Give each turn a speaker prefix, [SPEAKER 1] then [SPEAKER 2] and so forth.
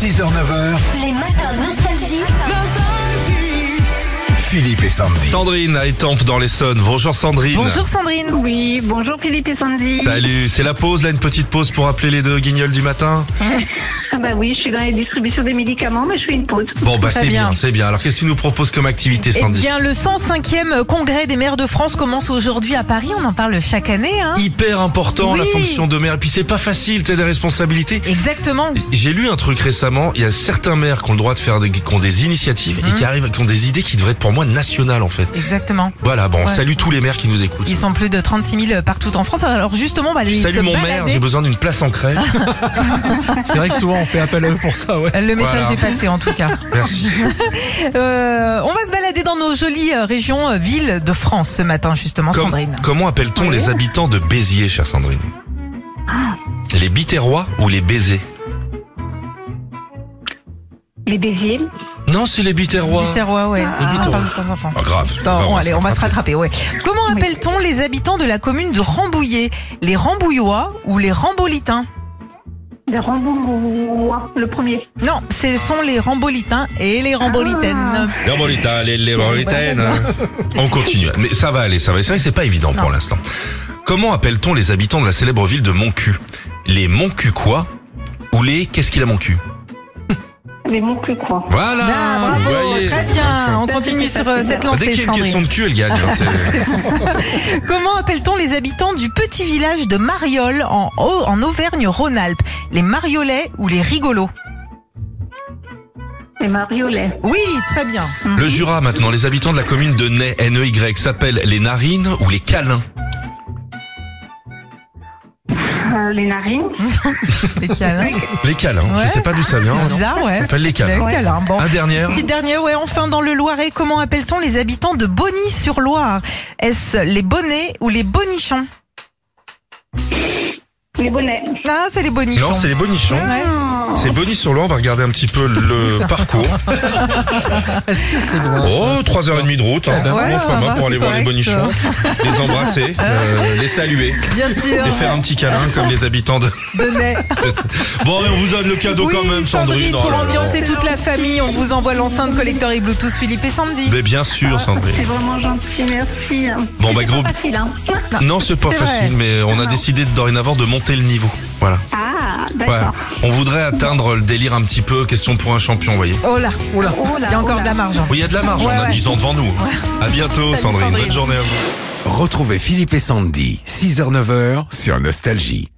[SPEAKER 1] 6h, 9h,
[SPEAKER 2] Les matins nostalgiques.
[SPEAKER 1] Philippe et Sandy.
[SPEAKER 3] Sandrine à Étampes dans l'Essonne. Bonjour Sandrine.
[SPEAKER 4] Bonjour Sandrine.
[SPEAKER 5] Oui, bonjour Philippe et Sandy.
[SPEAKER 3] Salut, c'est la pause là, une petite pause pour appeler les deux guignols du matin.
[SPEAKER 5] Ah bah oui, je suis dans la distribution des médicaments, mais je fais une pause.
[SPEAKER 3] Bon bah
[SPEAKER 4] Très
[SPEAKER 3] c'est bien,
[SPEAKER 4] bien.
[SPEAKER 3] c'est bien. Alors qu'est-ce que tu nous proposes comme activité
[SPEAKER 4] Eh
[SPEAKER 3] Sandy
[SPEAKER 4] bien, le 105e congrès des maires de France commence aujourd'hui à Paris. On en parle chaque année. Hein.
[SPEAKER 3] Hyper important la
[SPEAKER 4] Oui.
[SPEAKER 3] fonction de maire. Et puis c'est pas facile, t'as des responsabilités.
[SPEAKER 4] Exactement.
[SPEAKER 3] J'ai lu un truc récemment, il y a certains maires qui ont le droit de faire des, qui ont des initiatives et qui
[SPEAKER 4] Hein
[SPEAKER 3] arrivent, qui ont des idées qui devraient être pour moi nationales en fait.
[SPEAKER 4] Exactement.
[SPEAKER 3] Voilà, bon, on
[SPEAKER 4] Ouais.
[SPEAKER 3] salue tous les maires qui nous écoutent.
[SPEAKER 4] Ils sont plus de 36 000 partout en France. Alors justement, on va aller
[SPEAKER 3] Je salue
[SPEAKER 4] se
[SPEAKER 3] mon maire,
[SPEAKER 4] balader.
[SPEAKER 3] j'ai besoin d'une place en crèche.
[SPEAKER 6] C'est vrai que souvent on fait appel à eux pour ça, ouais.
[SPEAKER 4] Le message
[SPEAKER 3] Voilà.
[SPEAKER 4] est passé en tout cas.
[SPEAKER 3] Merci.
[SPEAKER 4] Euh, on va se balader dans nos jolies euh, régions, euh, villes de France ce matin justement,
[SPEAKER 3] Comme-
[SPEAKER 4] Sandrine.
[SPEAKER 3] Comment appelle-t-on les habitants de Béziers, chère Sandrine Les Biterrois ou les Bézés
[SPEAKER 5] Les Béziers.
[SPEAKER 3] Non, c'est les Biterrois.
[SPEAKER 4] Biterrois, ouais.
[SPEAKER 3] Les Biterrois.
[SPEAKER 4] On parle de temps en temps.
[SPEAKER 3] Ah, grave.
[SPEAKER 4] Attends,
[SPEAKER 3] Bah,
[SPEAKER 4] on, allez, on va se rattraper, ouais. Comment
[SPEAKER 5] Oui.
[SPEAKER 4] appelle-t-on les habitants de la commune de Rambouillet Les Rambouillois ou les Rambolitains
[SPEAKER 5] Les Rambouillois, le premier.
[SPEAKER 4] Non, ce sont les rambolitains et les rambolitaines.
[SPEAKER 3] Les Rambolitains, les- les Rambolitaines, hein. On continue. Mais ça va aller, ça va aller. C'est vrai que c'est pas évident pour
[SPEAKER 4] Non.
[SPEAKER 3] l'instant. Comment appelle-t-on les habitants de la célèbre ville de Moncu Les Moncu quoi ou les qu'est-ce qu'il a mon cul
[SPEAKER 5] Les Moncles, quoi.
[SPEAKER 3] Voilà
[SPEAKER 4] Ah,
[SPEAKER 3] vous
[SPEAKER 4] bravo,
[SPEAKER 3] voyez. Ah,
[SPEAKER 4] très bien. On continue sur euh, cette
[SPEAKER 3] Dès qu'il
[SPEAKER 4] lancée,
[SPEAKER 3] y a une
[SPEAKER 4] Sandrine.
[SPEAKER 3] question de cul, elle gagne. hein, c'est-
[SPEAKER 4] Comment appelle-t-on les habitants du petit village de Marioles en, Au- en Auvergne-Rhône-Alpes Les Mariolais ou les rigolos
[SPEAKER 5] Les Mariolets.
[SPEAKER 4] Oui, très bien.
[SPEAKER 3] Le Jura maintenant, les habitants de la commune de Ney, N-E-Y, s'appellent les narines ou les câlins
[SPEAKER 5] Euh, les Narines.
[SPEAKER 4] Les câlins.
[SPEAKER 3] Les câlins,
[SPEAKER 4] Ouais. Ah,
[SPEAKER 3] je sais pas d'où ça vient.
[SPEAKER 4] hein. C'est
[SPEAKER 3] non.
[SPEAKER 4] bizarre,
[SPEAKER 3] Ça
[SPEAKER 4] ouais.
[SPEAKER 3] s'appelle les câlins.
[SPEAKER 4] Les câlins, bon.
[SPEAKER 3] Un dernier,
[SPEAKER 4] Petite dernière, ouais, enfin dans le Loiret, comment appelle-t-on les habitants de Bonny-sur-Loire Est-ce les bonnets ou les bonichons
[SPEAKER 5] Les Bonnets.
[SPEAKER 4] Ah, c'est les bonichons.
[SPEAKER 3] non, c'est les bonichons.
[SPEAKER 4] Ouais.
[SPEAKER 3] C'est Bonnie sur l'eau, on va regarder un petit peu le parcours.
[SPEAKER 4] Ah,
[SPEAKER 6] Est-ce que c'est loin
[SPEAKER 3] Oh,
[SPEAKER 6] ça,
[SPEAKER 3] trois
[SPEAKER 6] cette
[SPEAKER 3] heures et demie de route, hein.
[SPEAKER 6] ben
[SPEAKER 3] Bon,
[SPEAKER 4] Eh voilà,
[SPEAKER 3] pas
[SPEAKER 4] ça
[SPEAKER 3] mal
[SPEAKER 4] va,
[SPEAKER 3] pour aller
[SPEAKER 4] c'est
[SPEAKER 3] voir les
[SPEAKER 4] correct. Ah.
[SPEAKER 3] bonichons, les embrasser, euh, les saluer,
[SPEAKER 4] Bien sûr.
[SPEAKER 3] les faire un petit câlin comme les habitants de...
[SPEAKER 4] Bonnet.
[SPEAKER 3] Bon, et on vous donne le cadeau
[SPEAKER 4] oui,
[SPEAKER 3] quand même, Sandrine.
[SPEAKER 4] Sandrine,
[SPEAKER 3] Oh
[SPEAKER 4] pour
[SPEAKER 3] là là.
[SPEAKER 4] ambiancer toute la famille, on vous envoie l'enceinte collector et Bluetooth Philippe et Sandy.
[SPEAKER 3] Mais bien
[SPEAKER 4] Ah,
[SPEAKER 3] sûr,
[SPEAKER 5] C'est
[SPEAKER 3] Sandrine.
[SPEAKER 5] vraiment gentil, merci.
[SPEAKER 3] Bon, bah,
[SPEAKER 5] C'est
[SPEAKER 3] gros-
[SPEAKER 5] pas facile, hein.
[SPEAKER 3] Non, c'est pas
[SPEAKER 4] C'est vrai.
[SPEAKER 3] facile, mais on a décidé de- dorénavant de monter le niveau. Voilà.
[SPEAKER 5] Ah,
[SPEAKER 3] Ouais.
[SPEAKER 5] d'accord.
[SPEAKER 3] On voudrait atteindre le délire un petit peu, question pour un champion, vous voyez.
[SPEAKER 4] Oh là, oh là,
[SPEAKER 5] Oh là,
[SPEAKER 4] il y a encore
[SPEAKER 5] oh là.
[SPEAKER 4] de la marge. hein.
[SPEAKER 3] Oui, il y a de la marge,
[SPEAKER 4] Ouais,
[SPEAKER 3] on a
[SPEAKER 4] ouais.
[SPEAKER 3] 10 ans devant nous. À bientôt,
[SPEAKER 4] Salut,
[SPEAKER 3] Sandrine.
[SPEAKER 4] Sandrine.
[SPEAKER 3] Bonne journée à vous.
[SPEAKER 1] Retrouvez Philippe et Sandy, 6h, 9h sur Nostalgie.